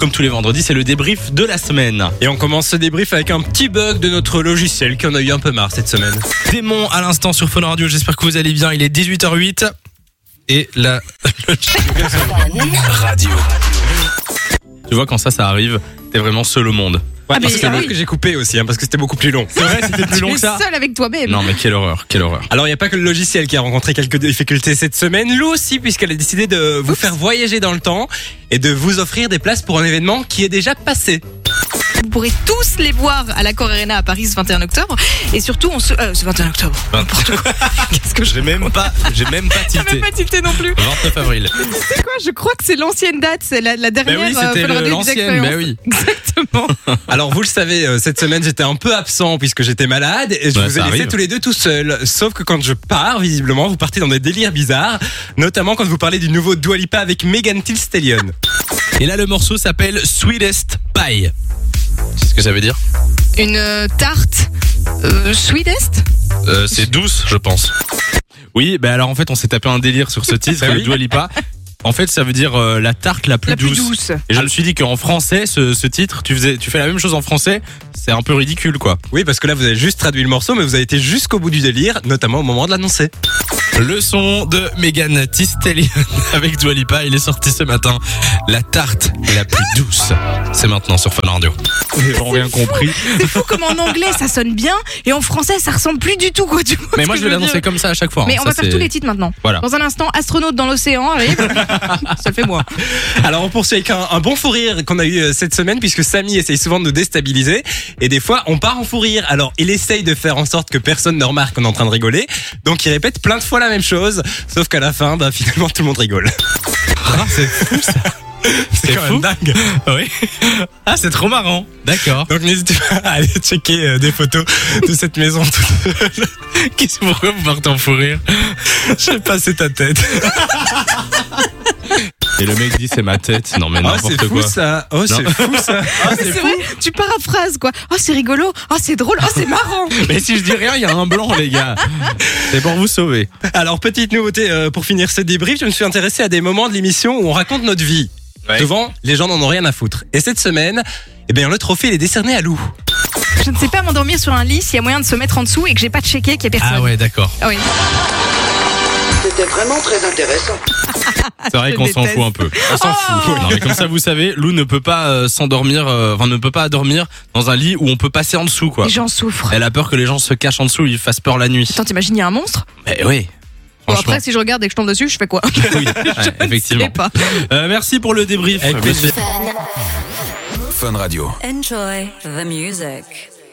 Comme tous les vendredis, c'est le débrief de la semaine. Et on commence ce débrief avec un petit bug de notre logiciel qui en a eu un peu marre cette semaine. Ah, Démon à l'instant sur Phone Radio, j'espère que vous allez bien. Il est 18h08. Et là. Radio. Tu vois, quand ça, ça arrive, t'es vraiment seul au monde. Ouais, Ah, parce mais- que ah le- oui. que j'ai coupé aussi, hein, parce que c'était beaucoup plus long. C'est vrai, c'était plus long Tu que es ça. seul avec toi-même. Non, mais quelle horreur, quelle horreur. Alors, il n'y a pas que le logiciel qui a rencontré quelques difficultés cette semaine. Lou aussi, puisqu'elle a décidé de vous faire voyager dans le temps et de vous offrir des places pour un événement qui est déjà passé. Vous pourrez tous les voir à la Arena à Paris ce 21 octobre. Et surtout, on se. euh, ce 21 octobre. N'importe quoi. Qu'est-ce que je. J'ai même pas, j'ai même pas T'as même tilté. pas tilté non plus. 29 avril. C'est quoi Je crois que c'est l'ancienne date, c'est la, la Ben dernière. oui, euh, c'était Paul le- Radio des l'ancienne, expériences. ben oui. Exactement. Alors vous le savez, euh, cette semaine j'étais un peu absent puisque j'étais malade et je Bah, vous ai ça laissé arrive. tous les deux tout seuls. Sauf que quand je pars, visiblement, vous partez dans des délires bizarres, notamment quand vous parlez du nouveau Dua Lipa avec Megan Thee Stallion. Et là, le morceau s'appelle Sweetest Pie. C'est ce que ça veut dire Une euh, tarte. Euh, sweetest Euh, C'est douce, je pense. Oui, ben alors en fait, on s'est tapé un délire sur ce titre, Bah le oui. Dua Lipa. En fait, ça veut dire euh, la tarte la plus, La plus douce. douce. Et je me suis dit qu'en français, ce, ce titre, tu, faisais, tu fais la même chose en français, c'est un peu ridicule, quoi. Oui, parce que là vous avez juste traduit le morceau, mais vous avez été jusqu'au bout du délire, notamment au moment de l'annoncer. Le son de Megan Thee Stallion avec Dua Lipa, il est sorti ce matin. La tarte la plus douce, c'est maintenant sur Fun Radio. Ils n'ont rien compris. Ah C'est fou comme en anglais ça sonne bien et en français ça ressemble plus du tout quoi. Tu vois Mais ce moi, que je vais veux dire l'annoncer comme ça à chaque fois. Mais hein. on Ça, va faire c'est- tous les titres maintenant. Voilà. Dans un instant, astronaute dans l'océan. Allez, ça le fait moi. Alors on poursuit avec un, un bon fou rire qu'on a eu euh, cette semaine puisque Samy essaye souvent de nous déstabiliser et des fois on part en fou rire. Alors il essaye de faire en sorte que personne ne remarque qu'on est en train de rigoler, donc il répète plein de fois la même chose, sauf qu'à la fin, bah, finalement tout le monde rigole. Ah, c'est fou ça. C'est quand même fou. dingue. Oui. Ah, c'est trop marrant. D'accord. Donc n'hésitez pas à aller checker euh, des photos de cette maison. Qu'est-ce- Pourquoi vous partez en fou rire Je sais pas, c'est ta tête. Et le mec dit c'est ma tête. Ah, Non mais n'importe quoi. Ah, ça. Oh, c'est fou ça. C'est vrai, tu paraphrases quoi. Oh, c'est rigolo. Oh, c'est drôle. Oh, c'est marrant. Mais si je dis rien, il y a un blanc les gars. C'est pour vous sauver. Alors petite nouveauté euh, pour finir ce débrief, je me suis intéressé à des moments de l'émission où on raconte notre vie. Ouais. Souvent, les gens n'en ont rien à foutre. Et cette semaine, eh bien le trophée il est décerné à Lou. Je ne sais pas m'endormir sur un lit s'il y a moyen de se mettre en dessous et que j'ai pas checké qu'il y a personne. Ah ouais, d'accord. Ah oui. C'était vraiment très intéressant. C'est vrai Ah, Je qu'on s'en déteste. fout un peu. On s'en fout, Oh. oui. Non, mais comme ça, vous savez, Lou ne peut pas euh, s'endormir, euh, enfin ne peut pas dormir dans un lit où on peut passer en dessous, quoi. Et j'en souffre. Elle a peur que les gens se cachent en dessous, ils fassent peur la nuit. Attends, t'imagines, il y a un monstre Mais oui. Bon, Franchement. après, si je regarde et que je tombe dessus, je fais quoi Oui, ouais, Je effectivement. sais pas. Euh, merci pour le débrief. Avec Monsieur- Enjoy the music.